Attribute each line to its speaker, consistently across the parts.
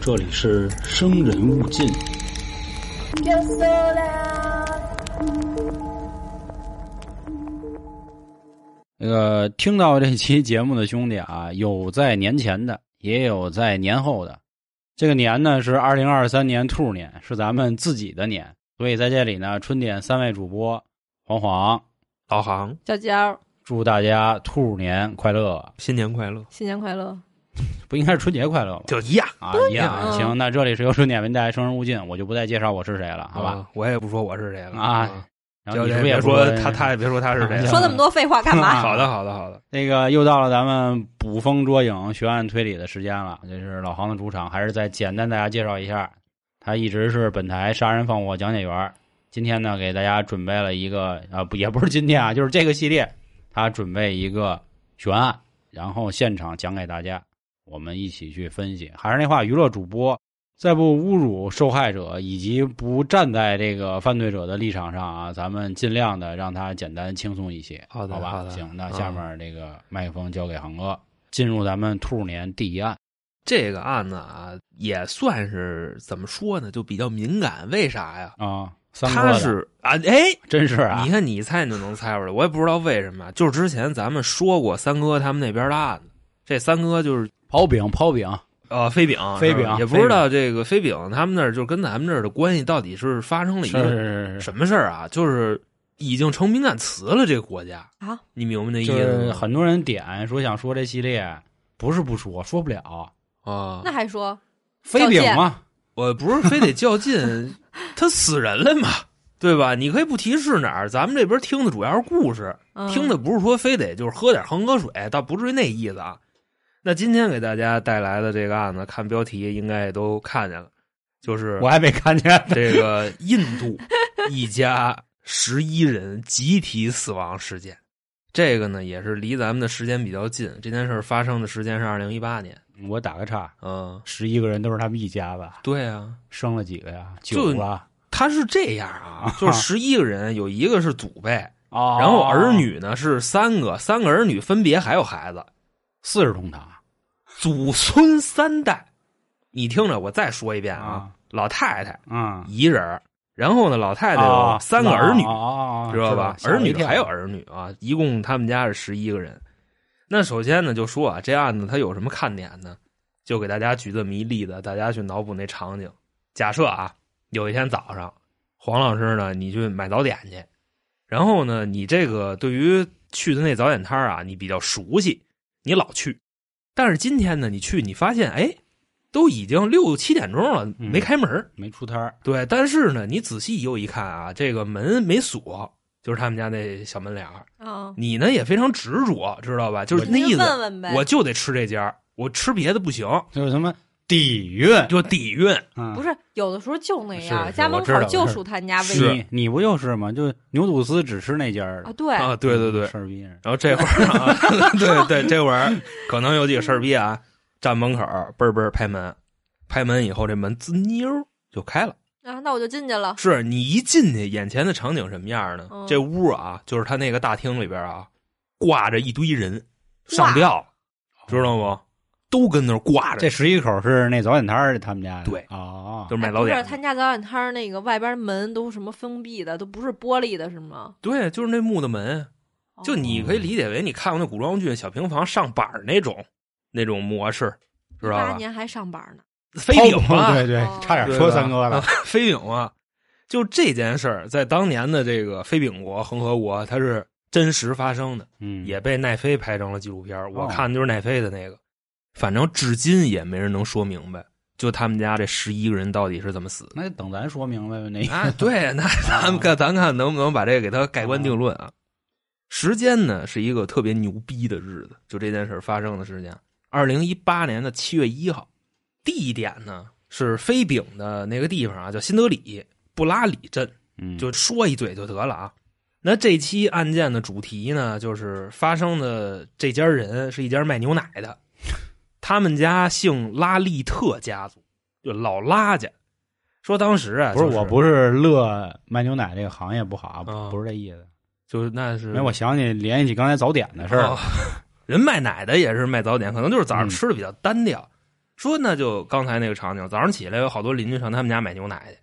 Speaker 1: 这里是生人勿近。
Speaker 2: You're so loud.
Speaker 1: 那个听到这期节目的兄弟啊，有在年前的，也有在年后的。这个年呢是二零二三年兔年，是咱们自己的年，所以在这里呢，春点三位主播黄黄
Speaker 3: 导航，
Speaker 4: 娇娇，
Speaker 1: 祝大家兔年快乐，
Speaker 3: 新年快乐！
Speaker 4: 新年快乐！
Speaker 1: 不应该是春节快乐吗？
Speaker 3: 就一样，
Speaker 1: 啊，一样啊。
Speaker 4: 嗯
Speaker 1: 行，那这里是由春点为大家生人勿近，我就不再介绍我是谁了，好吧？
Speaker 3: 啊？我也不说我是谁了
Speaker 1: 啊，然后
Speaker 3: 就
Speaker 1: 你是
Speaker 3: 也
Speaker 1: 不是也不
Speaker 3: 别说他，他也别说他是谁
Speaker 1: 啊
Speaker 3: 了。
Speaker 4: 说那么多废话干 嘛？
Speaker 1: 啊
Speaker 3: 好的，好的，好的。
Speaker 1: 那个又到了咱们捕风捉影、悬案推理的时间了，这是老航的主场，还是再简单大家介绍一下，他一直是本台杀人放火讲解员。今天呢，给大家准备了一个啊，不也不是今天啊，就是这个系列，他准备一个悬案，然后现场讲给大家，我们一起去分析。还是那话，娱乐主播在不侮辱受害者以及不站在这个犯罪者的立场上啊，咱们尽量的让他简单轻松一些。
Speaker 3: 好的
Speaker 1: 好吧，
Speaker 3: 好的
Speaker 1: 行，那
Speaker 3: 嗯
Speaker 1: 下面这个麦克风交给航哥，进入咱们兔年第一案。
Speaker 3: 这个案子啊，也算是怎么说呢，就比较敏感。为啥呀？
Speaker 1: 啊，三哥
Speaker 3: 他
Speaker 1: 的
Speaker 3: 是啊，哎，
Speaker 1: 真是啊
Speaker 3: 你，看你一猜你就能猜出来，我也不知道为什么。就是之前咱们说过三哥他们那边的案子，这三哥就是
Speaker 1: 刨饼刨饼，
Speaker 3: 呃飞饼，
Speaker 1: 飞饼
Speaker 3: 是吧也不知道这个飞饼他们那儿就跟咱们这儿的关系到底是发生了
Speaker 1: 是
Speaker 3: 一
Speaker 1: 是
Speaker 3: 个
Speaker 1: 是是
Speaker 3: 什么事儿啊？就是已经成敏感词了，这个国家
Speaker 4: 啊，
Speaker 3: 你明白那
Speaker 1: 是，
Speaker 3: 意
Speaker 1: 就
Speaker 3: 思
Speaker 1: 是
Speaker 3: 吗
Speaker 1: 很多人点说想说这系列，不是不说，说不了，
Speaker 3: 啊
Speaker 4: 那？还说
Speaker 1: 飞饼嘛，
Speaker 3: 我不是非得 较劲，他死人了嘛，对吧？你可以不提是哪儿，咱们这边听的主要是故事，
Speaker 4: 嗯
Speaker 3: 听的不是说非得就是喝点恒河水，倒不至于那意思啊。那今天给大家带来的这个案子，看标题应该也都看见了，就是
Speaker 1: 我还没看见。
Speaker 3: 这个印度一家十一人集体死亡事件。这个呢，也是离咱们的时间比较近。这件事儿发生的时间是二零一八年。
Speaker 1: 我打个岔，
Speaker 3: 嗯，
Speaker 1: 十一个人都是他们一家吧？
Speaker 3: 对啊，
Speaker 1: 生了几个呀？九
Speaker 3: 就
Speaker 1: 个。啊
Speaker 3: 他是这样啊， 就是十一个人，有一个是祖辈，
Speaker 1: 哦
Speaker 3: 然后儿女呢是三个，三个儿女分别还有孩子，
Speaker 1: 四世同堂
Speaker 3: 祖孙三代。你听着，我再说一遍啊
Speaker 1: 啊，
Speaker 3: 老太太
Speaker 1: 啊，
Speaker 3: 一人儿，然后呢，老太太嗯有
Speaker 1: 啊
Speaker 3: 三个儿女，
Speaker 1: 啊啊啊啊
Speaker 3: 知道吧？
Speaker 1: 吓我
Speaker 3: 儿
Speaker 1: 一
Speaker 3: 女
Speaker 1: 跳
Speaker 3: 还有儿女啊，一共他们家是十一个人。那首先呢，就说啊，这案子它有什么看点呢？就给大家举这么一例子，大家去脑补那场景。假设啊，有一天早上，黄老师呢，你去买早点去，然后呢，你这个对于去的那早点摊儿啊，你比较熟悉，你老去。但是今天呢，你去，你发现哎，都已经六七点钟了，
Speaker 1: 嗯
Speaker 3: 没开门儿。
Speaker 1: 没出摊儿
Speaker 3: 对，但是呢，你仔细又一看啊，这个门没锁，就是他们家那小门脸儿。
Speaker 4: 啊，
Speaker 3: 你呢也非常执着，知道吧？就是
Speaker 1: 我
Speaker 3: 那意
Speaker 4: 你就
Speaker 3: 思
Speaker 4: 问，问呗。
Speaker 3: 我就得吃这家儿，我吃别的不行，
Speaker 1: 就是什么底蕴，
Speaker 3: 就底蕴。
Speaker 1: 嗯
Speaker 4: 不是有的时候就那
Speaker 1: 是
Speaker 4: 样，
Speaker 1: 是
Speaker 4: 家
Speaker 1: 我
Speaker 4: 门
Speaker 1: 知道
Speaker 4: 口
Speaker 1: 我
Speaker 4: 就
Speaker 1: 知道
Speaker 4: 属他家唯一
Speaker 3: 是
Speaker 1: 你你不就是吗？就牛肚丝只吃那家儿的
Speaker 4: 啊。对，
Speaker 3: 啊，对对对。
Speaker 1: 事儿逼人
Speaker 3: 然后这会儿 啊，对对，这会儿可能有几个事儿逼啊，站门口儿嘣儿嘣儿拍门，拍门以后这门滋妞儿就开了。
Speaker 4: 啊，那我就进去了。
Speaker 3: 是你一进去，眼前的场景什么样呢？
Speaker 4: 嗯
Speaker 3: 这屋啊，就是他那个大厅里边啊，挂着一堆人上吊，知道吗？都跟那儿挂着，
Speaker 1: 这十一口是那早点摊儿的他们家的，
Speaker 3: 对
Speaker 1: 哦，
Speaker 3: 就是
Speaker 4: 哎
Speaker 3: 卖早
Speaker 4: 不是
Speaker 3: 点。
Speaker 4: 他家早点摊儿那个外边门都什么封闭的，都不是玻璃的，是吗？
Speaker 3: 对，就是那木的门，
Speaker 4: 哦
Speaker 3: 就你可以理解为你看过那古装剧小平房上板儿那种那种模式，知道
Speaker 4: 八
Speaker 3: 吧？
Speaker 4: 年还上班呢，
Speaker 3: 飞
Speaker 1: 哦
Speaker 3: 饼嘛，
Speaker 1: 对对
Speaker 4: 哦，
Speaker 1: 差点
Speaker 3: 啊对
Speaker 1: 说
Speaker 3: 吧
Speaker 1: 三哥了
Speaker 3: 啊，飞饼啊，就这件事儿，在当年的这个飞饼国、恒河国，它是真实发生的。
Speaker 1: 嗯，
Speaker 3: 也被奈飞拍成了纪录片儿。我
Speaker 1: 哦
Speaker 3: 看的就是奈飞的那个，反正至今也没人能说明白，就他们家这十一个人到底是怎么死的。
Speaker 1: 那就等咱说明白吧，那
Speaker 3: 啊，对，那 咱们看，咱看能不能把这个给他盖棺定论啊？时间呢是一个特别牛逼的日子，就这件事儿发生的时间，二零一八年的七月一号，地点呢是飞饼的那个地方啊，叫新德里布拉里镇。
Speaker 1: 嗯
Speaker 3: 就说一嘴就得了啊。那这期案件的主题呢，就是发生的这家人是一家卖牛奶 的，他们家姓拉利特家族，就老拉家。说当时啊，
Speaker 1: 不是，
Speaker 3: 就
Speaker 1: 我不是乐卖牛奶这个行业不好啊，
Speaker 3: 啊
Speaker 1: 不不是这意思。
Speaker 3: 就是那是
Speaker 1: 没，我想起联系
Speaker 3: 哦
Speaker 1: 起刚才早点的事儿
Speaker 3: 哦，人卖奶的也是卖早点，可能就是早
Speaker 1: 嗯
Speaker 3: 上吃的比较单调。说那就刚才那个场景，早上起来有好多邻居上他们家买牛奶去。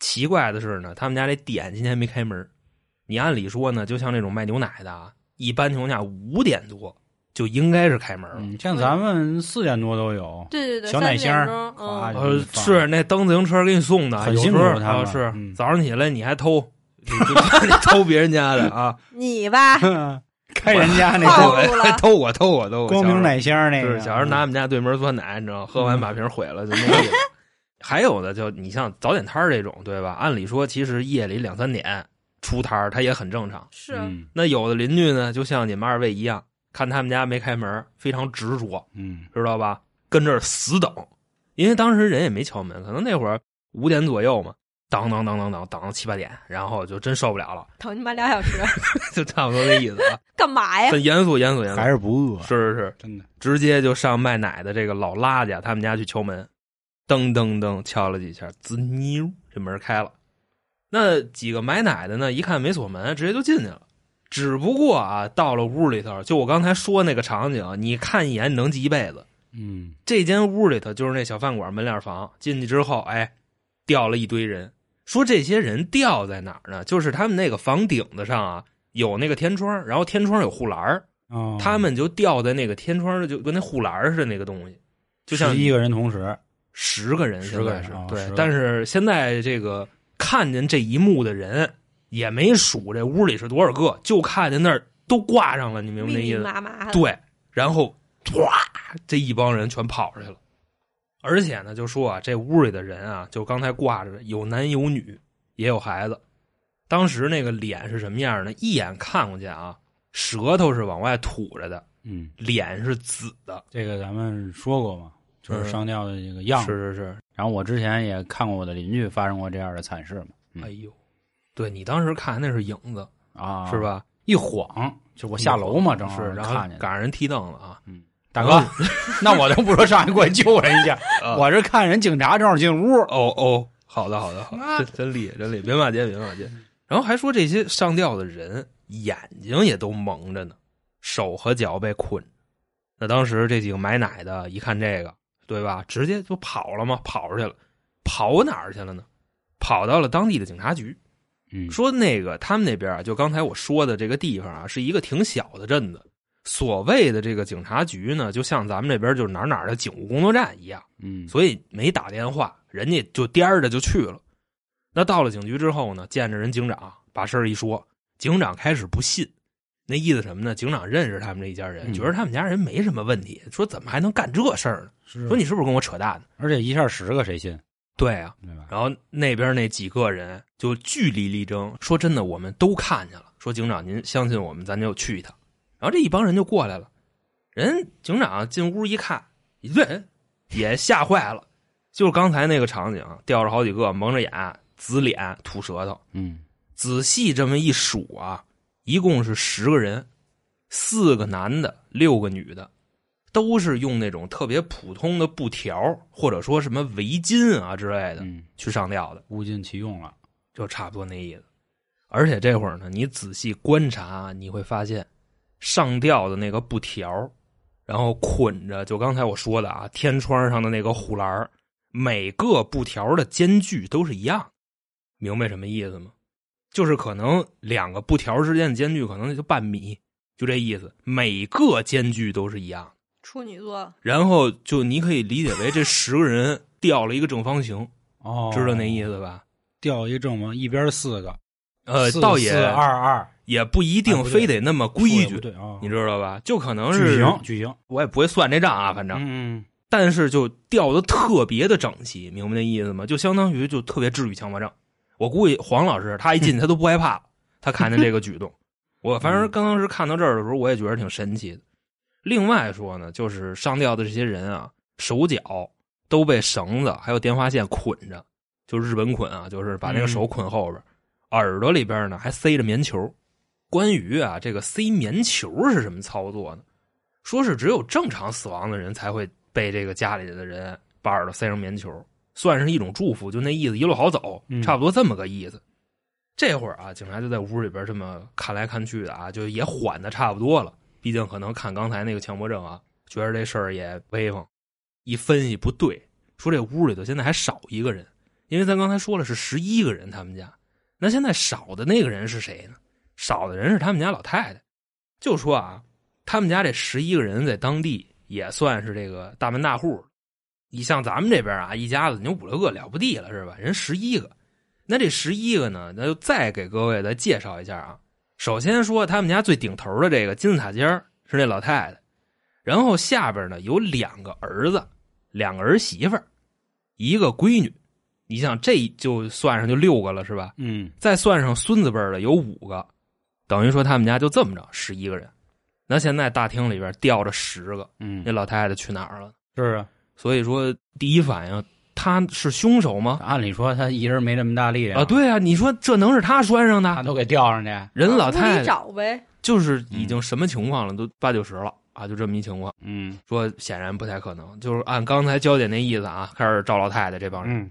Speaker 3: 奇怪的是呢，他们家这店今天没开门。你按理说呢，就像这种卖牛奶的，啊，一般情况下五点多就应该是开门了。
Speaker 1: 嗯，像咱们四点多都 有，
Speaker 4: 对对对，
Speaker 1: 小
Speaker 4: 三
Speaker 1: 奶
Speaker 4: 点
Speaker 1: 箱儿
Speaker 4: 钟
Speaker 1: 哗
Speaker 4: 嗯，
Speaker 1: 就
Speaker 3: 呃，是那蹬自行车给你送的，
Speaker 1: 很
Speaker 3: 有
Speaker 1: 辛
Speaker 3: 时
Speaker 1: 苦
Speaker 3: 候
Speaker 1: 他们
Speaker 3: 啊是、
Speaker 1: 嗯
Speaker 3: 早上起来你还偷，就就 你偷别人家的 啊，
Speaker 4: 你吧，
Speaker 1: 开人家那
Speaker 4: 暴
Speaker 1: 个
Speaker 4: 露 了
Speaker 3: 偷我偷我偷我，
Speaker 1: 光明奶箱儿那
Speaker 3: 就
Speaker 1: 个，嗯
Speaker 3: 是小时候拿我们家对门酸奶，你知道吗，喝完把瓶毁了就那意思。还有的就你像早点摊儿这种，对吧？按理说其实夜里两三点出摊儿，它也很正常。
Speaker 4: 是啊
Speaker 1: 嗯
Speaker 3: 那有的邻居呢，就像你们二位一样，看他们家没开门，非常执着，
Speaker 1: 嗯
Speaker 3: 知道吧？跟这儿死等，因为当时人也没敲门，可能那会儿五点左右嘛，当当当当当当到七八点，然后就真受不了了，
Speaker 4: 等你妈俩小时，
Speaker 3: 就差不多那意思啊。
Speaker 4: 干嘛呀？
Speaker 3: 很严肃，严肃，严肃
Speaker 1: 哎还，是不饿，
Speaker 3: 是是是。
Speaker 1: 真的，
Speaker 3: 直接就上卖奶的这个老拉家他们家去敲门，噔噔噔敲了几下，滋妞，这门开了。那几个买奶的呢，一看没锁门，直接就进去了。只不过啊，到了屋里头，就我刚才说那个场景，你看一眼你能记一辈子。
Speaker 1: 嗯
Speaker 3: 这间屋里头就是那小饭馆门脸房，进去之后，哎，掉了一堆人。说这些人掉在哪儿呢？就是他们那个房顶子上啊，有那个天窗，然后天窗有护栏儿，
Speaker 1: 哦，
Speaker 3: 他们就掉在那个天窗上，就跟那护栏似的那个东西，就像
Speaker 1: 十一个人同时，
Speaker 3: 十个人，
Speaker 1: 十个人
Speaker 3: 现在
Speaker 1: 哦
Speaker 3: 是
Speaker 1: 十
Speaker 3: 对
Speaker 1: 个。
Speaker 3: 但是现在这个看见这一幕的人也没数这屋里是多少个，就看见那儿都挂上了，你明白那
Speaker 4: 密
Speaker 3: 意
Speaker 4: 密
Speaker 3: 思？
Speaker 4: 麻麻的，
Speaker 3: 对，然后唰，这一帮人全跑出去了。而且呢，就说啊，这屋里的人啊，就刚才挂着有男有女，也有孩子。当时那个脸是什么样呢？一眼看过去啊，舌头是往外吐着的，
Speaker 1: 嗯，
Speaker 3: 脸是紫的，
Speaker 1: 这个咱们说过嘛，就是
Speaker 3: 嗯
Speaker 1: 上吊的这个样子。
Speaker 3: 是是是，
Speaker 1: 然后我之前也看过我的邻居发生过这样的惨事嘛，嗯
Speaker 3: 哎呦，对你当时看那是影子、
Speaker 1: 啊，
Speaker 3: 是？吧？
Speaker 1: 一晃就我下楼嘛，正好
Speaker 3: 是，然后
Speaker 1: 看见的
Speaker 3: 赶上人踢凳了啊！
Speaker 1: 大 哥， 那我就不说上去过去救人一下，我是看人警察正好进屋，
Speaker 3: 哦哦，好的好的好
Speaker 1: 妈
Speaker 3: 的，真真厉害真厉害，别骂街别骂街。然后还说这些上吊的人眼睛也都蒙着呢，手和脚被捆着。那当时这几个买奶的一看这个，对吧？直接就跑了嘛，跑出去了，跑哪儿去了呢？跑到了当地的警察局。
Speaker 1: 嗯
Speaker 3: 说那个他们那边啊，就刚才我说的这个地方啊，是一个挺小的镇子。所谓的这个警察局呢，就像咱们这边就是哪儿哪儿的警务工作站一样，
Speaker 1: 嗯，
Speaker 3: 所以没打电话，人家就颠儿着就去了。那到了警局之后呢，见着人警长，把事儿一说，警长开始不信，那意思什么呢？警长认识他们这一家人，
Speaker 1: 嗯
Speaker 3: 觉得他们家人没什么问题，说怎么还能干这事儿呢？
Speaker 1: 是
Speaker 3: 说你是不是跟我扯淡呢？
Speaker 1: 而且一下十个谁信，
Speaker 3: 对啊，
Speaker 1: 对吧？
Speaker 3: 然后那边那几个人就据理力争，说真的，我们都看见了。说警长，您相信我们，咱就去一趟。然后这一帮人就过来了，人警长进屋一看，一对也吓坏了，就是刚才那个场景，吊着好几个，蒙着眼，紫脸，吐舌头。
Speaker 1: 嗯，
Speaker 3: 仔细这么一数啊，一共是十个人，四个男的，六个女的，都是用那种特别普通的布条或者说什么围巾啊之类的
Speaker 1: 嗯，
Speaker 3: 去上吊的。
Speaker 1: 物尽其用了，
Speaker 3: 就差不多那意思。而且这会儿呢，你仔细观察，啊你会发现上吊的那个布条儿，然后捆着，就刚才我说的啊，天窗上的那个护栏儿，每个布条儿的间距都是一样的，明白什么意思吗？就是可能两个布条儿之间的间距可能也就半米，就这意思，每个间距都是一样的。
Speaker 4: 处女座，
Speaker 3: 然后就你可以理解为这十个人掉了一个正方形，
Speaker 1: 哦，
Speaker 3: 知道那意思吧？
Speaker 1: 掉一正方，一边四个，
Speaker 3: 呃，
Speaker 1: 四
Speaker 3: 倒也
Speaker 1: 四二二，
Speaker 3: 也不一定
Speaker 1: 啊不对
Speaker 3: 非得那么规矩，
Speaker 1: 对啊，
Speaker 3: 你知道吧？就可能
Speaker 1: 矩
Speaker 3: 是
Speaker 1: 形，矩形，
Speaker 3: 我也不会算这账啊，反正，
Speaker 1: 嗯，
Speaker 3: 但是就掉的特别的整齐，明白那意思吗？就相当于就特别治愈强迫症。我估计黄老师他一进去他都不害怕了，他看见这个举动，我反正刚当时看到这儿的时候，我也觉得挺神奇的。另外说呢，就是上吊的这些人啊，手脚都被绳子还有电话线捆着，就日本捆啊，就是把那个手捆后边，耳朵里边呢还塞着棉球。关于啊这个塞棉球是什么操作呢？说是只有正常死亡的人才会被这个家里的人把耳朵塞上棉球，算是一种祝福，就那意思，一路好走
Speaker 1: 嗯，
Speaker 3: 差不多这么个意思。这会儿啊，警察就在屋里边这么看来看去的啊，就也缓的差不多了。毕竟可能看刚才那个强迫症啊，觉得这事儿也威风。一分析不对，说这屋里头现在还少一个人，因为咱刚才说了是十一个人，他们家那现在少的那个人是谁呢？少的人是他们家老太太。就说啊，他们家这十一个人在当地也算是这个大门大户了。你像咱们这边啊，一家子你五六个了不地了是吧？人十一个，那这十一个呢，那就再给各位再介绍一下啊。首先说他们家最顶头的这个金字塔尖儿是那老太太，然后下边呢有两个儿子，两个儿媳妇儿，一个闺女。你想这就算上就六个了是吧？
Speaker 1: 嗯
Speaker 3: 再算上孙子辈儿的有五个，等于说他们家就这么着十一个人。那现在大厅里边吊着十个，
Speaker 1: 嗯
Speaker 3: 那，老太太去哪儿了？
Speaker 1: 是啊。
Speaker 3: 所以说第一反应他是凶手吗？
Speaker 1: 按理说他一人没这么大力量
Speaker 3: 啊，，对啊，嗯你说这能是他拴上
Speaker 1: 他
Speaker 3: 的？
Speaker 1: 都给吊上去。
Speaker 3: 人老
Speaker 4: 屋里
Speaker 3: 太太
Speaker 4: 啊找呗，
Speaker 3: 就是已经什么情况了，都八九十了啊，就这么一情况。
Speaker 1: 嗯
Speaker 3: 说显然不太可能，就是按刚才娇姐那意思啊，开始找老太太这帮人。
Speaker 1: 嗯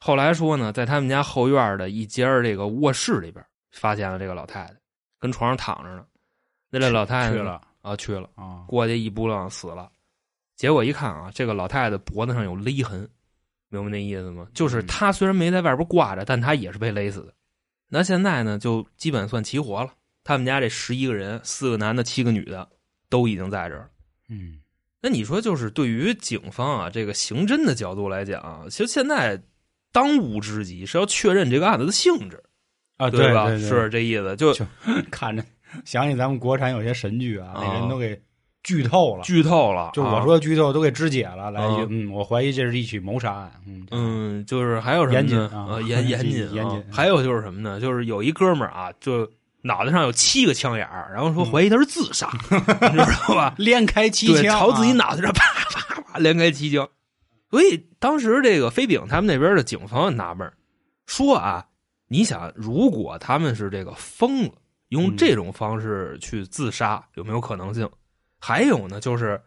Speaker 3: 后来说呢，在他们家后院的一间儿这个卧室里边，发现了这个老太太跟床上躺着呢。那这老太太呢
Speaker 1: 去了
Speaker 3: 啊，去了，
Speaker 1: 啊，
Speaker 3: 过去一扑棱死了。结果一看啊，这个老太太脖子上有勒痕，明白那意思吗？
Speaker 1: 嗯
Speaker 3: 就是她虽然没在外边挂着，但她也是被勒死的。那现在呢，就基本算齐活了。他们家这十一个人，四个男的，七个女的，都已经在这儿了。
Speaker 1: 嗯
Speaker 3: 那你说，就是对于警方啊这个刑侦的角度来讲啊，其实现在当务之急是要确认这个案子的性质，
Speaker 1: 啊，
Speaker 3: 吧？
Speaker 1: 对，
Speaker 3: 是这意思，就
Speaker 1: 就看着 想起咱们国产有些神剧啊，那
Speaker 3: 啊
Speaker 1: 人都给剧透了，
Speaker 3: 剧透了。
Speaker 1: 就我
Speaker 3: 啊，
Speaker 1: 说的剧透都给肢解了，来一句
Speaker 3: 啊
Speaker 1: 嗯，我怀疑这是一起谋杀案，嗯
Speaker 3: 嗯，就是还有什么呢
Speaker 1: 严谨啊
Speaker 3: 呃严 严谨啊，
Speaker 1: 严谨嗯
Speaker 3: 还有就是什么呢？就是有一哥们儿啊，就脑袋上有七个枪眼儿，然后说
Speaker 1: 嗯
Speaker 3: 怀疑他是自 杀，你知道吧？
Speaker 1: 连开七
Speaker 3: 对，
Speaker 1: 枪啊，
Speaker 3: 朝自己脑袋上啪啪啪连开七枪。所以当时这个飞饼他们那边的警方很纳闷儿，说啊，你想，如果他们是这个疯了，用
Speaker 1: 嗯
Speaker 3: 这种方式去自杀，有没有可能性？还有呢，就是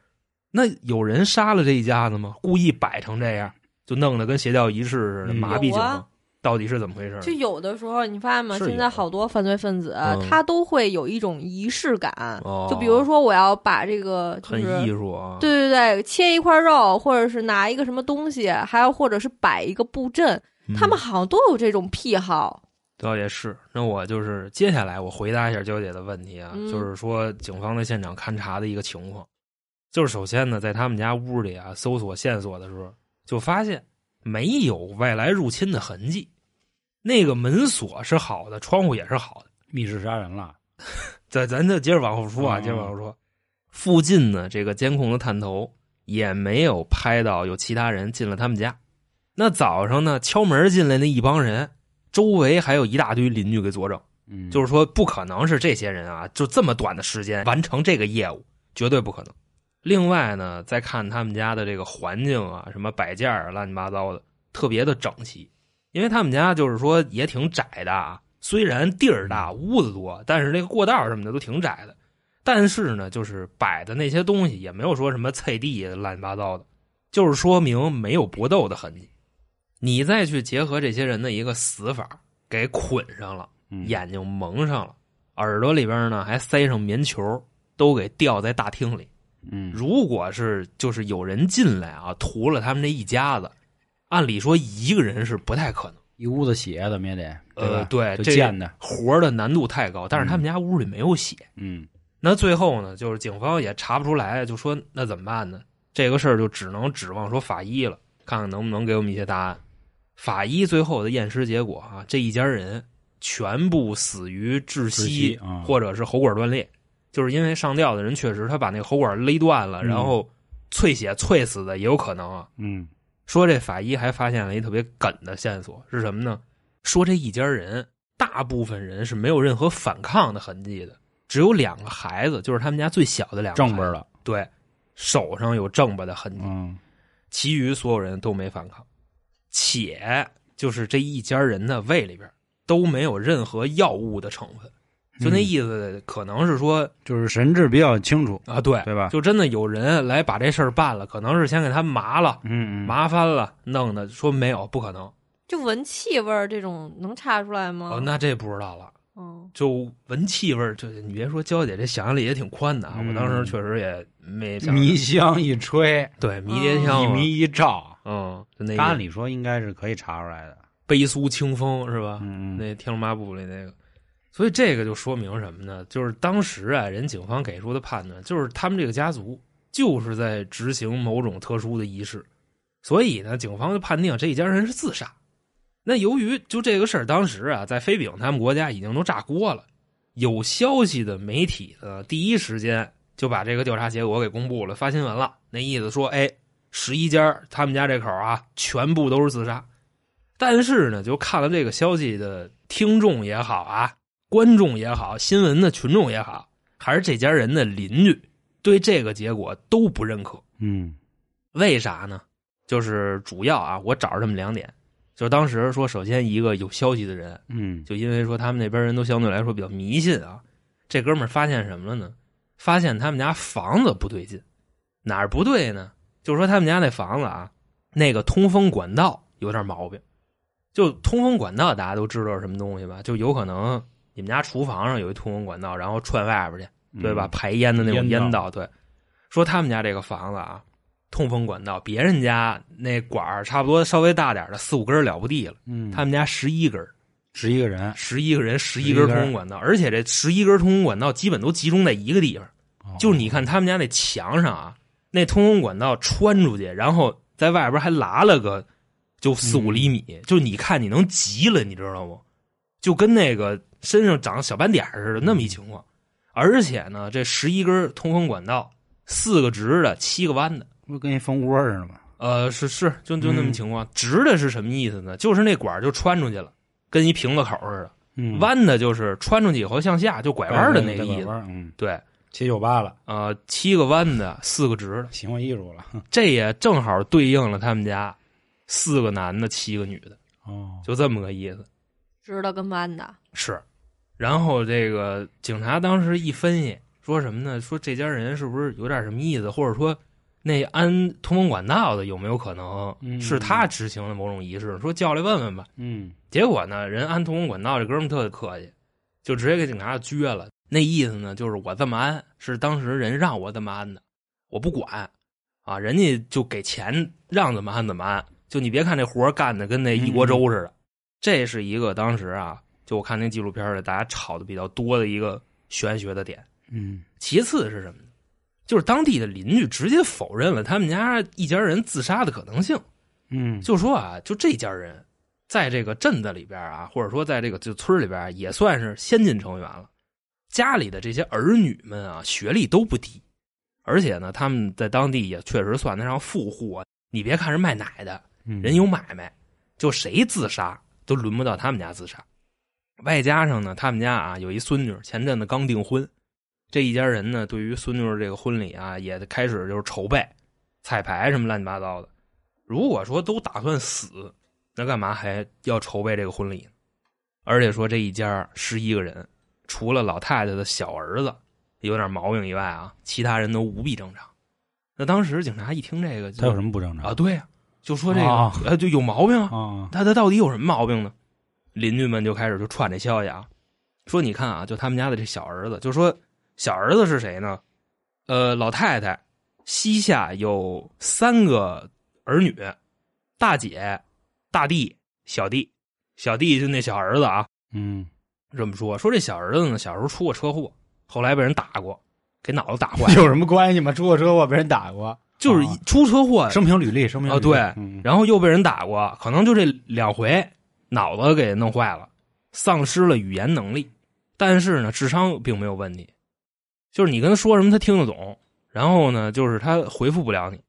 Speaker 3: 那有人杀了这一家子吗？故意摆成这样，就弄得跟邪教仪式似的，
Speaker 1: 嗯
Speaker 3: 麻痹警
Speaker 4: 有啊
Speaker 3: 方，到底是怎么回事呢？
Speaker 4: 就有的时候你发现吗？
Speaker 1: 是有
Speaker 4: 现在好多犯罪分子啊
Speaker 3: 嗯
Speaker 4: 他都会有一种仪式感，
Speaker 3: 哦
Speaker 4: 就比如说我要把这个就
Speaker 3: 很
Speaker 4: 是
Speaker 3: 艺术啊，
Speaker 4: 对对对，切一块肉，或者是拿一个什么东西，还有或者是摆一个布阵，
Speaker 3: 嗯
Speaker 4: 他们好像都有这种癖好。
Speaker 3: 倒也是，那我就是接下来我回答一下娇姐的问题啊，
Speaker 4: 嗯
Speaker 3: 就是说警方在现场勘查的一个情况，就是首先呢，在他们家屋里啊搜索线索的时候，就发现没有外来入侵的痕迹，那个门锁是好的，窗户也是好的。
Speaker 1: 密室杀人了，
Speaker 3: 咱咱就接着往后说啊，
Speaker 1: 嗯
Speaker 3: 接着往后说，附近呢这个监控的探头也没有拍到有其他人进了他们家。那早上呢敲门进来那一帮人，周围还有一大堆邻居给作证。
Speaker 1: 嗯，
Speaker 3: 就是说不可能是这些人啊，就这么短的时间完成这个业务，绝对不可能。另外呢，再看他们家的这个环境啊，什么摆件儿啊，乱七八糟的，特别的整齐。因为他们家就是说也挺窄的，啊，虽然地儿大屋子多，但是那个过道什么的都挺窄的。但是呢，就是摆的那些东西也没有说什么菜地乱七八糟的，就是说明没有搏斗的痕迹。你再去结合这些人的一个死法，给捆上了。
Speaker 1: 嗯
Speaker 3: 眼睛蒙上了，耳朵里边呢还塞上棉球，都给吊在大厅里。
Speaker 1: 嗯
Speaker 3: 如果是就是有人进来啊，屠了他们这一家子，按理说一个人是不太可能，
Speaker 1: 一屋子血怎么也得，
Speaker 3: 呃，
Speaker 1: 对吧
Speaker 3: 对，
Speaker 1: 就
Speaker 3: 这
Speaker 1: 溅的，
Speaker 3: 活儿的难度太高。但是他们
Speaker 1: 嗯
Speaker 3: 家屋里没有血，
Speaker 1: 嗯
Speaker 3: 那最后呢，就是警方也查不出来，就说那怎么办呢？这个事儿就只能指望说法医了，看看能不能给我们一些答案。法医最后的验尸结果啊，这一家人全部死于窒
Speaker 1: 窒息
Speaker 3: 息
Speaker 1: 啊
Speaker 3: 或者是喉管断裂，就是因为上吊的人确实他把那个喉管勒断了，
Speaker 1: 嗯
Speaker 3: 然后萃血萃死的也有可能啊。
Speaker 1: 嗯
Speaker 3: 说这法医还发现了一特别梗的线索是什么呢？说这一家人大部分人是没有任何反抗的痕迹的，只有两个孩子，就是他们家最小的两个
Speaker 1: 嗯正
Speaker 3: 孩
Speaker 1: 本
Speaker 3: 子
Speaker 1: 了，
Speaker 3: 对，手上有正巴的痕迹，
Speaker 1: 嗯
Speaker 3: 其余所有人都没反抗，且就是这一家人的胃里边都没有任何药物的成分，就那
Speaker 1: 嗯
Speaker 3: 意思，可能是说
Speaker 1: 就是神志比较清楚，
Speaker 3: 啊，对，
Speaker 1: 对吧？
Speaker 3: 就真的有人来把这事儿办了，可能是先给他麻了，
Speaker 1: 嗯嗯，
Speaker 3: 麻翻了，弄的说没有，不可能。
Speaker 4: 就闻气味儿这种能查出来吗？
Speaker 3: 哦哦，那这不知道了。
Speaker 4: 嗯
Speaker 3: 就闻气味儿，就是你别说娇姐这想象力也挺宽的啊，
Speaker 1: 嗯
Speaker 3: 我当时确实也没想
Speaker 1: 迷香一吹，
Speaker 3: 对迷迭
Speaker 1: 一
Speaker 3: 香嘛，
Speaker 1: 迷一照，
Speaker 3: 嗯，就那
Speaker 1: 按
Speaker 3: 个
Speaker 1: 理说应该是可以查出来的。
Speaker 3: 悲苏清风是吧？
Speaker 1: 嗯嗯，
Speaker 3: 那《天龙八部》里那个。所以这个就说明什么呢？就是当时啊，人警方给出的判断，就是他们这个家族就是在执行某种特殊的仪式，所以呢，警方就判定这一家人是自杀。那由于就这个事儿，当时啊，在飞饼他们国家已经都炸锅了，有消息的媒体呢，第一时间就把这个调查结果给公布了，发新闻了。那意思说，哎，十一家儿他们家这口儿啊，全部都是自杀。但是呢，就看了这个消息的听众也好啊，观众也好，新闻的群众也好，还是这家人的邻居，对这个结果都不认可。
Speaker 1: 嗯
Speaker 3: 为啥呢？就是主要啊，我找着他们两点，就是当时说，首先一个有消息的人，
Speaker 1: 嗯
Speaker 3: 就因为说他们那边人都相对来说比较迷信啊，这哥们儿发现什么了呢？发现他们家房子不对劲，哪儿不对呢？就是说他们家那房子啊，那个通风管道有点毛病。就通风管道大家都知道是什么东西吧？就有可能你们家厨房上有一通风管道，然后串外边去，
Speaker 1: 嗯，
Speaker 3: 对吧？排烟的那种
Speaker 1: 烟道
Speaker 3: 烟道，对。说他们家这个房子啊，通风管道，别人家那管儿差不多稍微大点儿的四五根儿了不地了，
Speaker 1: 嗯，
Speaker 3: 他们家十一根儿。
Speaker 1: 十一个人，
Speaker 3: 十一个人，十一
Speaker 1: 11根
Speaker 3: 根通风管道，而且这十一根通风管道基本都集中在一个地方。
Speaker 1: 哦
Speaker 3: 就是你看他们家那墙上啊，那通风管道穿出去，然后在外边还拉了个就四五厘米，就你看你能急了，你知道吗？就跟那个身上长小斑点儿似的那么一情况。而且呢，这十一根通风管道，四个直的，七个弯的。
Speaker 1: 不跟一蜂窝似的吗？
Speaker 3: 呃，是是，就就那么
Speaker 1: 嗯
Speaker 3: 情况。直的是什么意思呢？就是那管儿就穿出去了，跟一瓶子口似的。
Speaker 1: 嗯，
Speaker 3: 弯的就是穿出去以后向下就拐弯的那个
Speaker 1: 对对
Speaker 3: 意
Speaker 1: 对拐
Speaker 3: 思。
Speaker 1: 弯嗯，
Speaker 3: 对，
Speaker 1: 七九八了，
Speaker 3: 呃，七个弯的，四个直的，
Speaker 1: 行为艺术了。
Speaker 3: 这也正好对应了他们家四个男的，七个女的，
Speaker 1: 哦，
Speaker 3: 就这么个意思。
Speaker 4: 直的跟弯的，
Speaker 3: 是，然后这个警察当时一分析，说什么呢？说这家人是不是有点什么意思，或者说那安通风管道的有没有可能
Speaker 1: 嗯
Speaker 3: 是他执行的某种仪式？说叫来问问吧。
Speaker 1: 嗯
Speaker 3: 结果呢，人安通风管道这哥们儿特客气，就直接给警察就撅了。那意思呢，就是我这么安是当时人让我这么安的，我不管啊，人家就给钱让怎么安怎么安。就你别看这活儿干的跟那一锅粥似的，这是一个当时啊，就我看那纪录片儿里大家吵的比较多的一个玄学的点。
Speaker 1: 嗯，
Speaker 3: 其次是什么呢？就是当地的邻居直接否认了他们家一家人自杀的可能性。
Speaker 1: 嗯，
Speaker 3: 就说啊，就这家人，在这个镇子里边啊，或者说在这个就村里边啊，也算是先进成员了。家里的这些儿女们啊，学历都不低，而且呢，他们在当地也确实算得上富户啊。你别看是卖奶的，
Speaker 1: 嗯
Speaker 3: 人有买卖，就谁自杀都轮不到他们家自杀。外加上呢，他们家啊有一孙女，前阵子刚订婚，这一家人呢对于孙女儿这个婚礼啊也开始就是筹备、彩排什么乱七八糟的。如果说都打算死，那干嘛还要筹备这个婚礼呢？而且说这一家十一个人，除了老太太的小儿子有点毛病以外啊，其他人都无比正常。那当时警察一听这个就，
Speaker 1: 他有什么不正常
Speaker 3: 啊，？对呀、就说这个，
Speaker 1: 啊
Speaker 3: 呃，就有毛病啊。
Speaker 1: 啊，
Speaker 3: 他他到底有什么毛病呢？邻居们就开始就传这消息啊，说你看啊，就他们家的这小儿子，就说小儿子是谁呢？呃，老太太膝下有三个儿女，大姐、大弟、小弟，小弟就那小儿子啊，
Speaker 1: 嗯，，
Speaker 3: 这么说，说这小儿子呢，小时候出过车祸，后来被人打过，给脑子打坏
Speaker 1: 有什么关系吗？出过车祸，被人打过，
Speaker 3: 就是一出车祸
Speaker 1: 生平履历，生平履历
Speaker 3: 啊对
Speaker 1: 嗯
Speaker 3: 然后又被人打过，可能就这两回脑子给弄坏了，丧失了语言能力，但是呢，智商并没有问题，就是你跟他说什么他听得懂，然后呢，就是他回复不了你。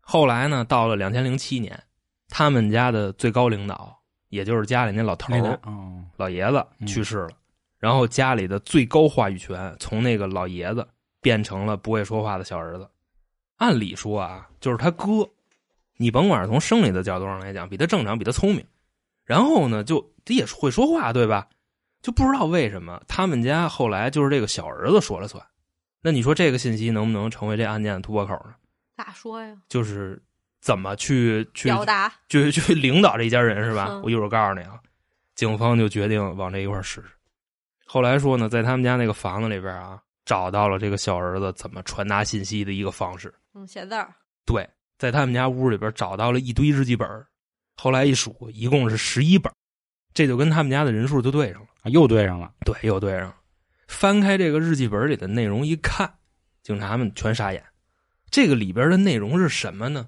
Speaker 3: 后来呢，到了两千零七年，他们家的最高领导，也就是家里那老头
Speaker 1: 那
Speaker 3: 儿
Speaker 1: 个，嗯
Speaker 3: 老爷子
Speaker 1: 嗯
Speaker 3: 去世了，然后家里的最高话语权从那个老爷子变成了不会说话的小儿子。按理说啊，就是他哥，你甭管是从生理的角度上来讲，比他正常，比他聪明，然后呢，就他也会说话，对吧？就不知道为什么他们家后来就是这个小儿子说了算。那你说这个信息能不能成为这案件的突破口呢？
Speaker 4: 咋说呀？
Speaker 3: 就是怎么去去
Speaker 4: 表达
Speaker 3: 就 去领导这一家人是吧？
Speaker 4: 嗯
Speaker 3: 我一会儿告诉你啊，警方就决定往这一块儿试试。后来说呢，在他们家那个房子里边啊，找到了这个小儿子怎么传达信息的一个方式。
Speaker 4: 嗯，写字儿，
Speaker 3: 对，在他们家屋里边找到了一堆日记本儿，后来一数，一共是十一本儿，这就跟他们家的人数就对上了。
Speaker 1: 啊又对上了，
Speaker 3: 对，又对上了。翻开这个日记本里的内容一看，警察们全傻眼。这个里边的内容是什么呢？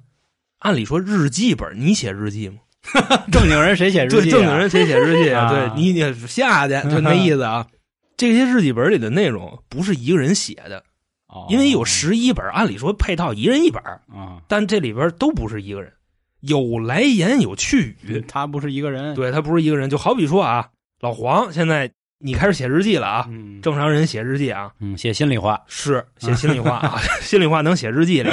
Speaker 3: 按理说日记本，你写日记吗？
Speaker 1: 正经人谁写日记、啊？
Speaker 3: 对，正经人谁写日记啊？
Speaker 1: 啊
Speaker 3: 对你，你下去就那意思啊。 这些日记本里的内容不是一个人写的，
Speaker 1: 哦，
Speaker 3: 因为有十一本，按理说配套一人一本，
Speaker 1: 啊，
Speaker 3: 但这里边都不是一个人，有来言有去语，
Speaker 1: 嗯他不是一个人，
Speaker 3: 对他不是一个人。就好比说啊，老黄现在你开始写日记了啊，
Speaker 1: 嗯，
Speaker 3: 正常人写日记啊，
Speaker 1: 嗯写心里话，
Speaker 3: 是写心里话 啊，心里话能写日记里。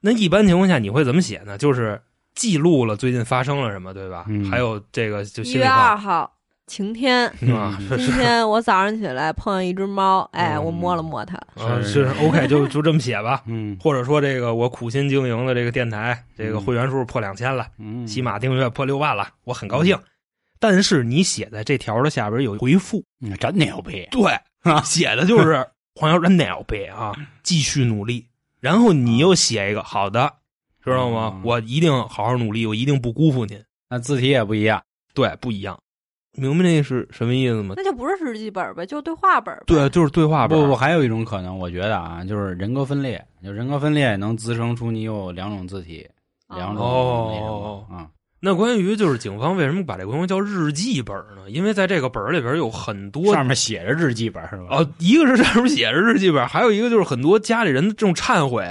Speaker 3: 那一般情况下你会怎么写呢？就是记录了最近发生了什么，对吧？
Speaker 1: 嗯
Speaker 3: 还有这个就
Speaker 4: 一
Speaker 3: 心里
Speaker 4: 月
Speaker 3: 话
Speaker 4: 二号晴天。
Speaker 3: 啊，
Speaker 1: 嗯
Speaker 3: 是
Speaker 4: 今
Speaker 3: 是
Speaker 4: 天我早上起来碰上一只猫，哎，
Speaker 3: 嗯
Speaker 4: 我摸了摸它，
Speaker 3: 啊，
Speaker 1: 是
Speaker 3: 是 OK，就就这么写吧。
Speaker 1: 嗯
Speaker 3: 或者说，这个我苦心经营的这个电台，这个
Speaker 1: 嗯
Speaker 3: 会员数破两千了，
Speaker 1: 嗯，
Speaker 3: 喜马订阅破六万了，我很高兴。但是你写在这条的下边有回复，
Speaker 1: 嗯真牛逼，
Speaker 3: 对，写的就是黄瑶真鸟逼啊，继续努力。然后你又写一个好的，知道吗
Speaker 1: 嗯？
Speaker 3: 我一定好好努力，我一定不辜负您。
Speaker 1: 那字体也不一样，
Speaker 3: 对，不一样，明白这是什么意思吗？
Speaker 4: 那就不是日记本呗，就是对话本呗。
Speaker 3: 对，就是对话本
Speaker 1: 不
Speaker 3: 儿。
Speaker 1: 不，还有一种可能，我觉得啊，就是人格分裂，就人格分裂能滋生出你有两种字体，
Speaker 4: 哦
Speaker 1: 两种
Speaker 3: 哦
Speaker 1: 那什么啊，
Speaker 3: 那关于就是警方为什么把这个东西叫日记本呢？因为在这个本儿里边有很多
Speaker 1: 上面写着日记本是吧？
Speaker 3: 哦，一个是上面写着日记本，还有一个就是很多家里人的这种忏悔，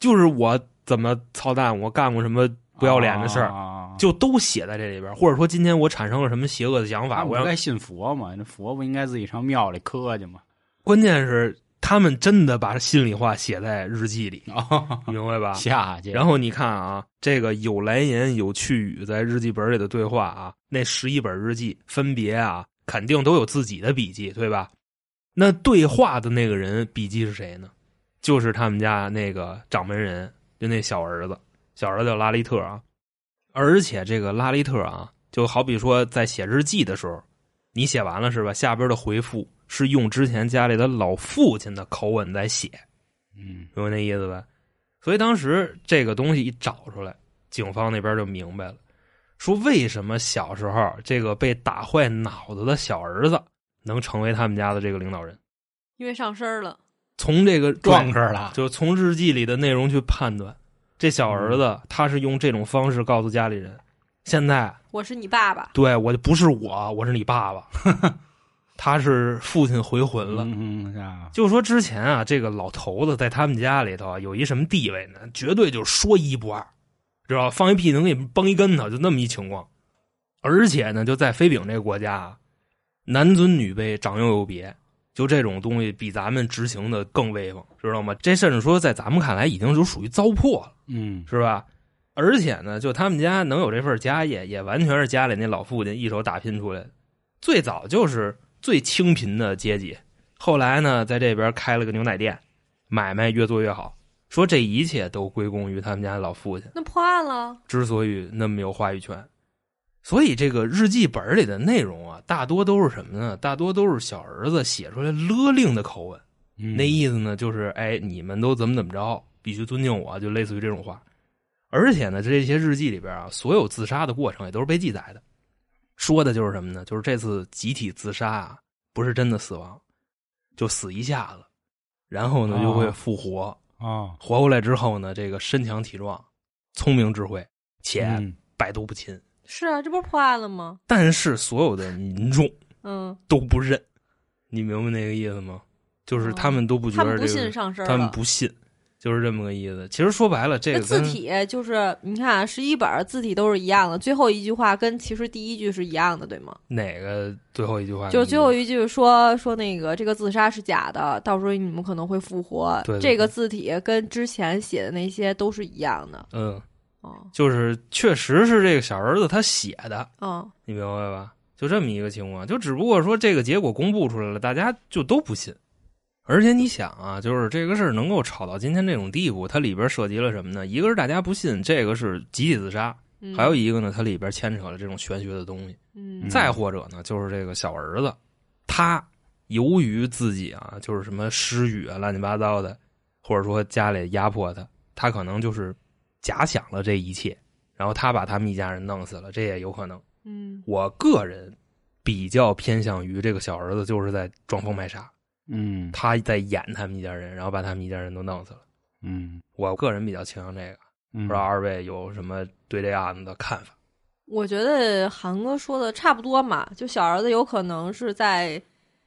Speaker 3: 就是我怎么操蛋，我干过什么不要脸的事儿，
Speaker 1: 儿
Speaker 3: 就都写在这里边。或者说今天我产生了什么邪恶的想法，
Speaker 1: 啊我
Speaker 3: 我
Speaker 1: 不
Speaker 3: 要
Speaker 1: 该信佛嘛，那佛不应该自己上庙里磕去 吗？
Speaker 3: 关键是他们真的把心里话写在日记里，
Speaker 1: 哦，
Speaker 3: 明白 吧？
Speaker 1: 下去，
Speaker 3: 然后你看啊，这个有来言有去语，在日记本里的对话啊，那十一本日记分别啊，肯定都有自己的笔记，对吧？那对话的那个人笔记是谁呢？就是他们家那个掌门人，就那小儿子，小儿子叫拉利特啊。而且这个拉利特啊，就好比说在写日记的时候，你写完了是吧？下边的回复是用之前家里的老父亲的口吻在写，
Speaker 1: 嗯
Speaker 3: 明白那意思吧？所以当时这个东西一找出来，警方那边就明白了，说为什么小时候这个被打坏脑子的小儿子能成为他们家的这个领导人，
Speaker 4: 因为上身儿了，
Speaker 3: 从这个
Speaker 1: 撞这儿了，
Speaker 3: 就从日记里的内容去判断，这小儿子他是用这种方式告诉家里人，现在
Speaker 4: 我是你爸爸，
Speaker 3: 对我不是我，我是你爸爸， 他是父亲回魂了。
Speaker 1: 嗯嗯是啊
Speaker 3: 就说之前啊，这个老头子在他们家里头啊，有一什么地位呢？绝对就是说一不二，知道吧放一屁能给你崩一跟头，就那么一情况。而且呢，就在飞饼这个国家啊，男尊女卑，长幼有别，就这种东西比咱们执行的更威风，知道吗？这甚至说在咱们看来已经就属于糟粕了，
Speaker 1: 嗯
Speaker 3: 是吧？而且呢，就他们家能有这份家业，也完全是家里那老父亲一手打拼出来的。最早就是最清贫的阶级，后来呢，在这边开了个牛奶店，买卖越做越好。说这一切都归功于他们家老父亲，
Speaker 4: 那破案了，
Speaker 3: 之所以那么有话语权。所以这个日记本里的内容啊，大多都是什么呢？大多都是小儿子写出来勒令的口吻。
Speaker 1: 嗯
Speaker 3: 那意思呢，就是哎，你们都怎么怎么着，必须尊敬我，就类似于这种话。而且呢，这些日记里边啊，所有自杀的过程也都是被记载的，说的就是什么呢？就是这次集体自杀啊，不是真的死亡，就死一下子，然后呢
Speaker 1: 哦
Speaker 3: 就会复活，
Speaker 1: 哦，
Speaker 3: 活过来之后呢，这个身强体壮、聪明智慧，且
Speaker 1: 嗯
Speaker 3: 百毒不侵。
Speaker 4: 是啊，这不是破案了吗？
Speaker 3: 但是所有的民众
Speaker 4: 嗯，
Speaker 3: 都不认，你明白那个意思吗？就是他们都不觉
Speaker 4: 哦他
Speaker 3: 得
Speaker 4: 们
Speaker 3: 这
Speaker 4: 不
Speaker 3: 个
Speaker 4: 信上身儿
Speaker 3: 他们
Speaker 4: 了。
Speaker 3: 不信，就是这么个意思。其实说白了，这
Speaker 4: 那
Speaker 3: 个
Speaker 4: 字
Speaker 3: 跟
Speaker 4: 体就是你看啊十一本儿字体都是一样的，最后一句话跟其实第一句是一样的，对吗？
Speaker 3: 哪个最后一句话？
Speaker 4: 就是最后一句说说那个这个自杀是假的，到时候你们可能会复活。
Speaker 3: 对对
Speaker 4: 这个
Speaker 3: 对
Speaker 4: 字体跟之前写的那些都是一样的。
Speaker 3: 嗯，
Speaker 4: 哦，
Speaker 3: 就是确实是这个小儿子他写的，
Speaker 4: 嗯，
Speaker 3: 你明白吧？就这么一个情况，就只不过说这个结果公布出来了，大家就都不信。而且你想啊，就是这个事儿能够吵到今天这种地步，它里边涉及了什么呢？一个是大家不信这个是集体自杀，
Speaker 4: 嗯
Speaker 3: 还有一个呢，它里边牵扯了这种玄学的东西。
Speaker 4: 嗯，
Speaker 3: 再或者呢，就是这个小儿子，他由于自己啊，就是什么失语啊、乱七八糟的，或者说家里压迫他，他可能就是假想了这一切，然后他把他们一家人弄死了，这也有可能。
Speaker 4: 嗯
Speaker 3: 我个人比较偏向于这个小儿子就是在装疯卖傻，
Speaker 1: 嗯
Speaker 3: 他在演他们一家人，然后把他们一家人都弄死了。
Speaker 1: 嗯，
Speaker 3: 我个人比较倾向这个，
Speaker 1: 不
Speaker 3: 不知道二位有什么对这案子的看法？
Speaker 4: 我觉得韩哥说的差不多嘛，就小儿子有可能是在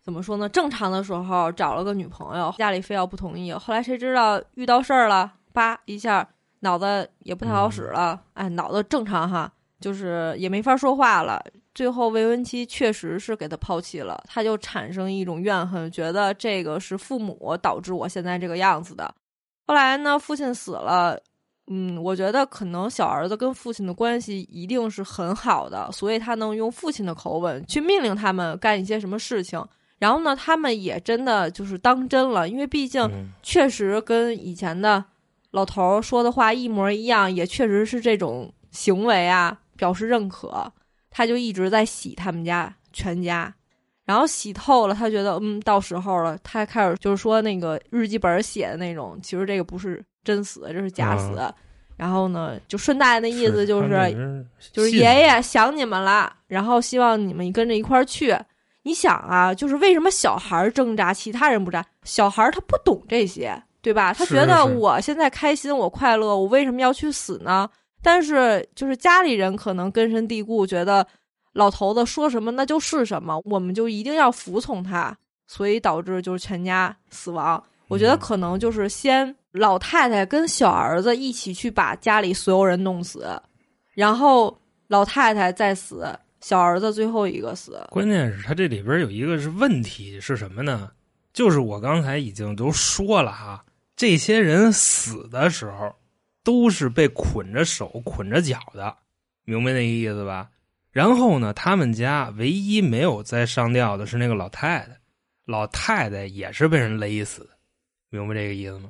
Speaker 4: 怎么说呢？正常的时候找了个女朋友，家里非要不同意，后来谁知道遇到事儿了，叭一下脑子也不太好使了，哎，脑子正常哈，就是也没法说话了。最后未婚妻确实是给他抛弃了，他就产生一种怨恨，觉得这个是父母导致我现在这个样子的。后来呢，父亲死了，嗯，我觉得可能小儿子跟父亲的关系一定是很好的，所以他能用父亲的口吻去命令他们干一些什么事情。然后呢，他们也真的就是当真了，因为毕竟
Speaker 3: 嗯
Speaker 4: 确实跟以前的老头儿说的话一模一样，也确实是这种行为啊，表示认可。他就一直在洗他们家全家，然后洗透了，他觉得嗯，到时候了，他开始就是说那个日记本写的那种，其实这个不是真死，这是假死。然后呢，就顺带的意思就是就是爷爷想你们了，然后希望你们跟着一块儿去。你想啊，就是为什么小孩儿挣扎，其他人不扎？小孩儿他不懂这些，对吧？他
Speaker 3: 是
Speaker 4: 觉得
Speaker 3: 是
Speaker 4: 我现在开心，我快乐，我为什么要去死呢？但是就是家里人可能根深蒂固，觉得老头子说什么那就是什么，我们就一定要服从他，所以导致就是全家死亡。我觉得
Speaker 3: 嗯
Speaker 4: 可能就是先老太太跟小儿子一起去把家里所有人弄死，然后老太太再死，小儿子最后一个死。
Speaker 3: 关键是他这里边有一个是问题是什么呢？就是我刚才已经都说了哈，这些人死的时候都是被捆着手、捆着脚的，明白那意思吧？然后呢，他们家唯一没有再上吊的是那个老太太，老太太也是被人勒死的，明白这个意思吗？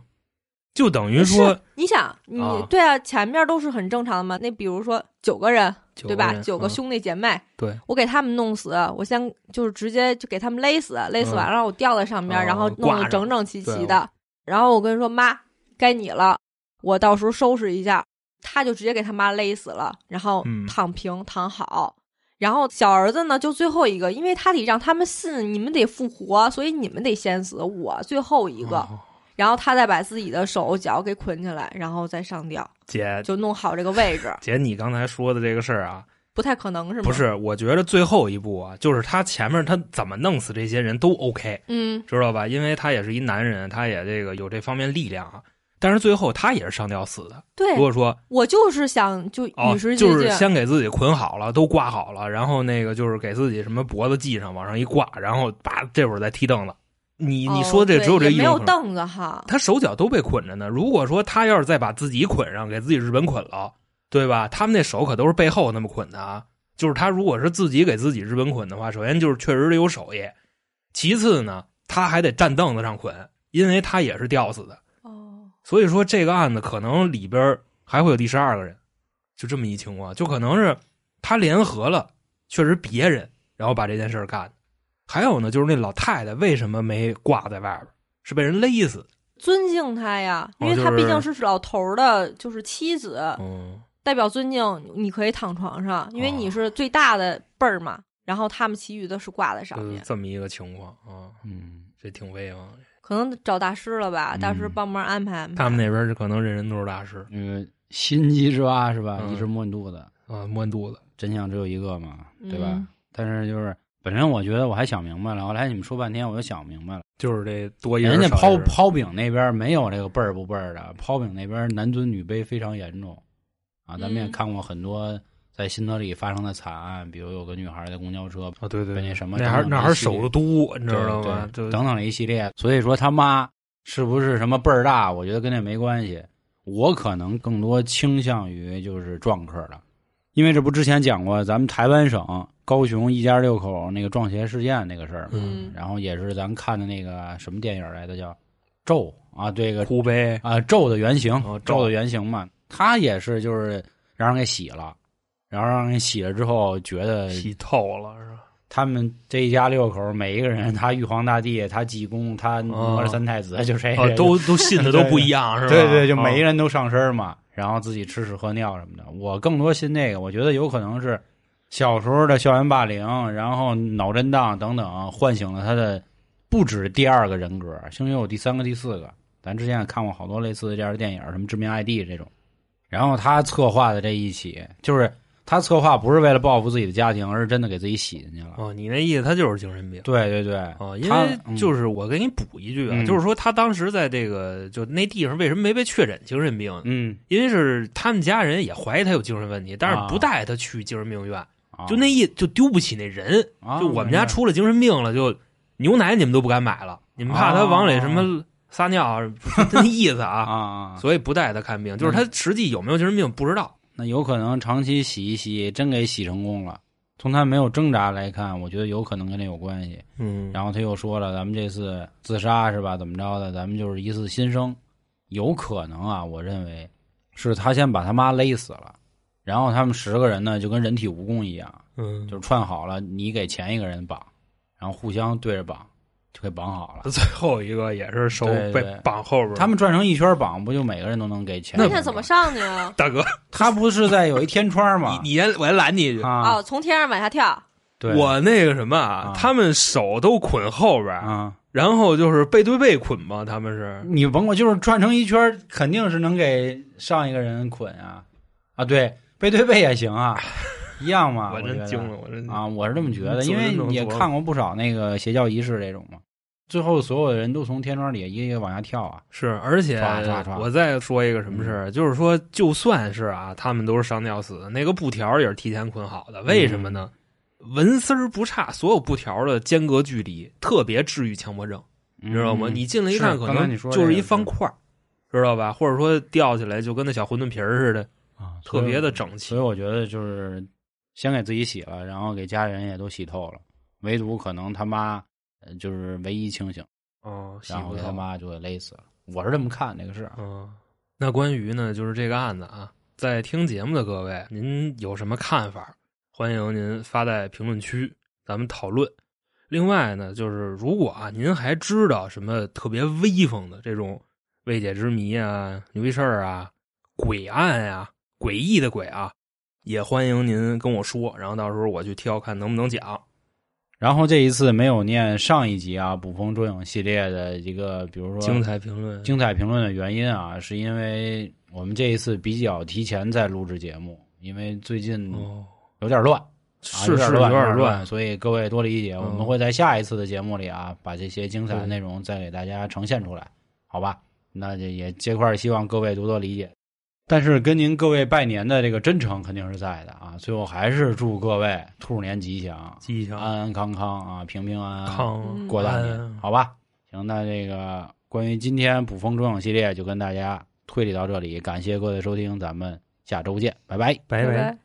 Speaker 3: 就等于说
Speaker 4: 是，你想，你、
Speaker 3: 啊
Speaker 4: 对啊，前面都是很正常的嘛。那比如说九个人，
Speaker 3: 九
Speaker 4: 对吧？
Speaker 3: 人
Speaker 4: 九个
Speaker 3: 嗯
Speaker 4: 兄弟姐妹，
Speaker 3: 对，
Speaker 4: 我给他们弄死，我先就是直接就给他们勒死，勒死完了、我吊在上面，
Speaker 3: 嗯哦
Speaker 4: 然后弄
Speaker 3: 挂
Speaker 4: 得
Speaker 3: 上
Speaker 4: 整整齐齐
Speaker 3: 对
Speaker 4: 的。然后我跟你说妈，该你了，我到时候收拾一下。他就直接给他妈勒死了，然后
Speaker 3: 嗯
Speaker 4: 躺平、躺好。然后小儿子呢，就最后一个，因为他得让他们信你们得复活，所以你们得先死，我最后一个。
Speaker 3: 哦
Speaker 4: 然后他再把自己的手脚给捆起来，然后再上吊，
Speaker 3: 姐
Speaker 4: 就弄好这个位置，
Speaker 3: 姐，你刚才说的这个事儿啊，
Speaker 4: 不太可能是吗？
Speaker 3: 不，是，我觉得最后一步啊，就是他前面他怎么弄死这些人都 OK，
Speaker 4: 嗯，
Speaker 3: 知道吧？因为他也是一男人，他也这个有这方面力量啊。但是最后他也是上吊死的。
Speaker 4: 对
Speaker 3: 如，果说
Speaker 4: 我就是想就
Speaker 3: 哦
Speaker 4: 与时，俱
Speaker 3: 就是
Speaker 4: 进，
Speaker 3: 先给自己捆好了，都挂好了，然后那个就是给自己什么脖子系上，往上一挂，然后把这会儿再踢凳子。你你说
Speaker 4: 哦
Speaker 3: 这
Speaker 4: 对
Speaker 3: 只有这
Speaker 4: 也
Speaker 3: 一
Speaker 4: 没
Speaker 3: 种
Speaker 4: 有
Speaker 3: 可能。
Speaker 4: 凳子哈，
Speaker 3: 他手脚都被捆着呢。如果说他要是再把自己捆上，给自己日本捆了，对吧？他们那手可都是背后那么捆的啊。就是他如果是自己给自己日本捆的话，首先就是确实得有手艺，其次呢，他还得站凳子上捆，因为他也是吊死的。
Speaker 4: 哦，
Speaker 3: 所以说这个案子可能里边还会有第十二个人，就这么一情况，就可能是他联合了确实别人，然后把这件事儿干的。还有呢，就是那老太太为什么没挂在外边儿？是被人勒死的。
Speaker 4: 尊敬他呀，因为
Speaker 3: 哦
Speaker 4: 他
Speaker 3: 就是
Speaker 4: 毕竟是老头儿的，就是妻子，
Speaker 3: 嗯，
Speaker 4: 代表尊敬，你可以躺床上，因为
Speaker 3: 哦
Speaker 4: 你是最大的辈儿嘛。然后他们其余的是挂在上
Speaker 3: 就是
Speaker 4: 面，
Speaker 3: 这么一个情况啊，
Speaker 1: 嗯
Speaker 3: 这挺威风。
Speaker 4: 可能找大师了吧，大师
Speaker 1: 嗯
Speaker 4: 帮忙安排安排。
Speaker 3: 他们那边是可能人人都是大师
Speaker 1: 那个心机之蛙是吧？
Speaker 3: 嗯
Speaker 1: 一直摸你肚子，
Speaker 3: 啊，摸你肚子。
Speaker 1: 真相只有一个嘛，对吧？
Speaker 4: 嗯
Speaker 1: 但是就是本身我觉得我还想明白了，后来你们说半天我就想明白了，
Speaker 3: 就是这多一
Speaker 1: 人家
Speaker 3: 少
Speaker 1: 抛
Speaker 3: 一
Speaker 1: 抛饼那边没有这个辈儿不辈儿的，抛饼那边男尊女卑非常严重啊，咱们也
Speaker 4: 嗯
Speaker 1: 看过很多在新德里发生的惨案，比如有个女孩在公交车
Speaker 3: 啊，对对，
Speaker 1: 被
Speaker 3: 对
Speaker 1: 那什么
Speaker 3: 那还
Speaker 1: 等等
Speaker 3: 那还
Speaker 1: 一
Speaker 3: 是
Speaker 1: 系列
Speaker 3: 首都，你知
Speaker 1: 对
Speaker 3: 道
Speaker 1: 对
Speaker 3: 吗？就
Speaker 1: 等等了一系列，所以说他妈是不是什么辈儿大，我觉得跟这没关系。我可能更多倾向于就是撞客的，因为这不之前讲过咱们台湾省高雄一家六口那个撞邪事件那个事儿嘛，
Speaker 4: 嗯
Speaker 1: 然后也是咱们看的那个什么电影来的叫《咒》啊，这个
Speaker 3: 湖北
Speaker 1: 啊，咒的原型，
Speaker 3: 哦咒
Speaker 1: 咒的原型嘛，他也是就是让人给洗了，然后让人洗了之后觉得
Speaker 3: 洗透了是吧？
Speaker 1: 他们这一家六口，每一个人，他玉皇大帝，他济公，他哪吒三太子，哎就这
Speaker 3: 哦
Speaker 1: 些，
Speaker 3: 都都信的都不一样，是吧？
Speaker 1: 对对，就每一个
Speaker 3: 哦
Speaker 1: 人都上身嘛，然后自己吃屎喝尿什么的。我更多信这个，我觉得有可能是小时候的校园霸凌，然后脑震荡等等，唤醒了他的不止第二个人格，甚至有第三个、第四个。咱之前也看过好多类似的这样的电影，什么《致命 ID》这种。然后他策划的这一起，就是他策划不是为了报复自己的家庭，而是真的给自己洗进去了。
Speaker 3: 哦，你那意思他就是精神病。
Speaker 1: 对对对，
Speaker 3: 啊，因
Speaker 1: 他
Speaker 3: 为就是我给你补一句啊，
Speaker 1: 嗯
Speaker 3: 就是说他当时在这个就那地方为什么没被确诊精神病呢？
Speaker 1: 嗯，
Speaker 3: 因为是他们家人也怀疑他有精神问题，但
Speaker 1: 啊
Speaker 3: 是不带他去精神病院，
Speaker 1: 啊
Speaker 3: 就那意就丢不起那人，
Speaker 1: 啊
Speaker 3: 就我们家出了精神病了，就牛奶你们都不敢买了，你们怕他往里什么撒尿啊，就那意思
Speaker 1: 啊
Speaker 3: 啊，嗯
Speaker 1: 啊，
Speaker 3: 所以不带他看病，就是他实际有没有精神病不知道。
Speaker 1: 那有可能长期洗一洗，真给洗成功了。从他没有挣扎来看，我觉得有可能跟这有关系。
Speaker 3: 嗯
Speaker 1: 然后他又说了，咱们这次自杀是吧？怎么着的？咱们就是一次新生，有可能啊，我认为是他先把他妈勒死了，然后他们十个人呢就跟人体蜈蚣一样，
Speaker 3: 嗯
Speaker 1: 就是串好了，你给前一个人绑，然后互相对着绑，就给绑好了。
Speaker 3: 最后一个也是手
Speaker 1: 对对
Speaker 3: 被绑后边儿，
Speaker 1: 他们转成一圈绑，不就每个人都能给前一个
Speaker 4: 那现
Speaker 1: 人绑？
Speaker 4: 在怎么上去啊？
Speaker 3: 大哥，
Speaker 1: 他不是在有一天窗吗？
Speaker 3: 你你先我先拦你一句，
Speaker 1: 啊，
Speaker 4: 哦，从天上往下跳，
Speaker 1: 对，
Speaker 3: 我那个什么
Speaker 1: 啊
Speaker 3: 啊，他们手都捆后边儿，
Speaker 1: 啊。
Speaker 3: 然后就是背对背捆嘛，他们是
Speaker 1: 你甭管，就是转成一圈儿，肯定是能给上一个人捆啊啊！对，背对背也行 啊，一样嘛。
Speaker 3: 啊我
Speaker 1: 觉
Speaker 3: 真
Speaker 1: 得
Speaker 3: 惊了，嗯我真
Speaker 1: 啊！我是这么觉得，
Speaker 3: 你
Speaker 1: 因
Speaker 3: 做人
Speaker 1: 为
Speaker 3: 怎么
Speaker 1: 也
Speaker 3: 琢磨
Speaker 1: 看过不少那个邪教仪式这种嘛。最后所有的人都从天窗里一个一个往下跳啊！
Speaker 3: 是，而且
Speaker 1: 刷刷刷嗯
Speaker 3: 我再说一个什么事儿，就是说，就算是啊，他们都是上吊死的，那个布条也是提前捆好的，为什
Speaker 1: 嗯
Speaker 3: 么呢？纹丝儿不差，所有布条的间隔距离特别治愈强迫症，
Speaker 1: 你
Speaker 3: 你知道
Speaker 1: 嗯
Speaker 3: 吗？你进来一看，可
Speaker 1: 刚才
Speaker 3: 能
Speaker 1: 你说
Speaker 3: 就
Speaker 1: 这
Speaker 3: 是
Speaker 1: 个
Speaker 3: 一方块儿，知道吧？或者说吊起来就跟那小馄饨皮儿似的，
Speaker 1: 啊，所
Speaker 3: 特
Speaker 1: 以
Speaker 3: 别的整齐
Speaker 1: 所以。我觉得就是先给自己洗了，然后给家人也都洗透了，唯独可能他妈呃就是唯一清醒，
Speaker 3: 哦，洗
Speaker 1: 然后
Speaker 3: 不
Speaker 1: 给他
Speaker 3: 透。
Speaker 1: 妈就给勒死了。我是这么看这个事儿啊。
Speaker 3: 嗯，那关于呢，就是这个案子啊，在听节目的各位，您有什么看法？欢迎您发在评论区，咱们讨论。另外呢，就是如果啊，您还知道什么特别威风的这种未解之谜啊、牛逼事儿啊、诡案呀、诡异的鬼啊，也欢迎您跟我说，然后到时候我去挑看能不能讲。
Speaker 1: 然后这一次没有念上一集啊，捕风捉影系列的一个，比如说
Speaker 3: 精彩评论，哦
Speaker 1: 精彩评论的原因啊，是因为我们这一次比较提前在录制节目，因为最近
Speaker 3: 哦，
Speaker 1: 有点乱，嗯啊
Speaker 3: 是
Speaker 1: 有
Speaker 3: 是
Speaker 1: 点乱，
Speaker 3: 点
Speaker 1: 乱，，所以各位多理解。
Speaker 3: 嗯
Speaker 1: 我们会在下一次的节目里啊，把这些精彩的
Speaker 3: 对
Speaker 1: 内容再给大家呈现出来，好吧？那这也这块儿希望各位多多理解。但是跟您各位拜年的这个真诚肯定是在的啊，最后还是祝各位兔年吉祥，
Speaker 3: 吉祥
Speaker 1: 安安康康啊，平平安安
Speaker 3: 康
Speaker 4: 嗯
Speaker 1: 过大
Speaker 3: 安啊
Speaker 1: 年，好吧？行，那这个关于今天捕风捉影系列就跟大家推理到这里，感谢各位收听，咱们下周见，拜拜。
Speaker 3: 拜
Speaker 4: 拜拜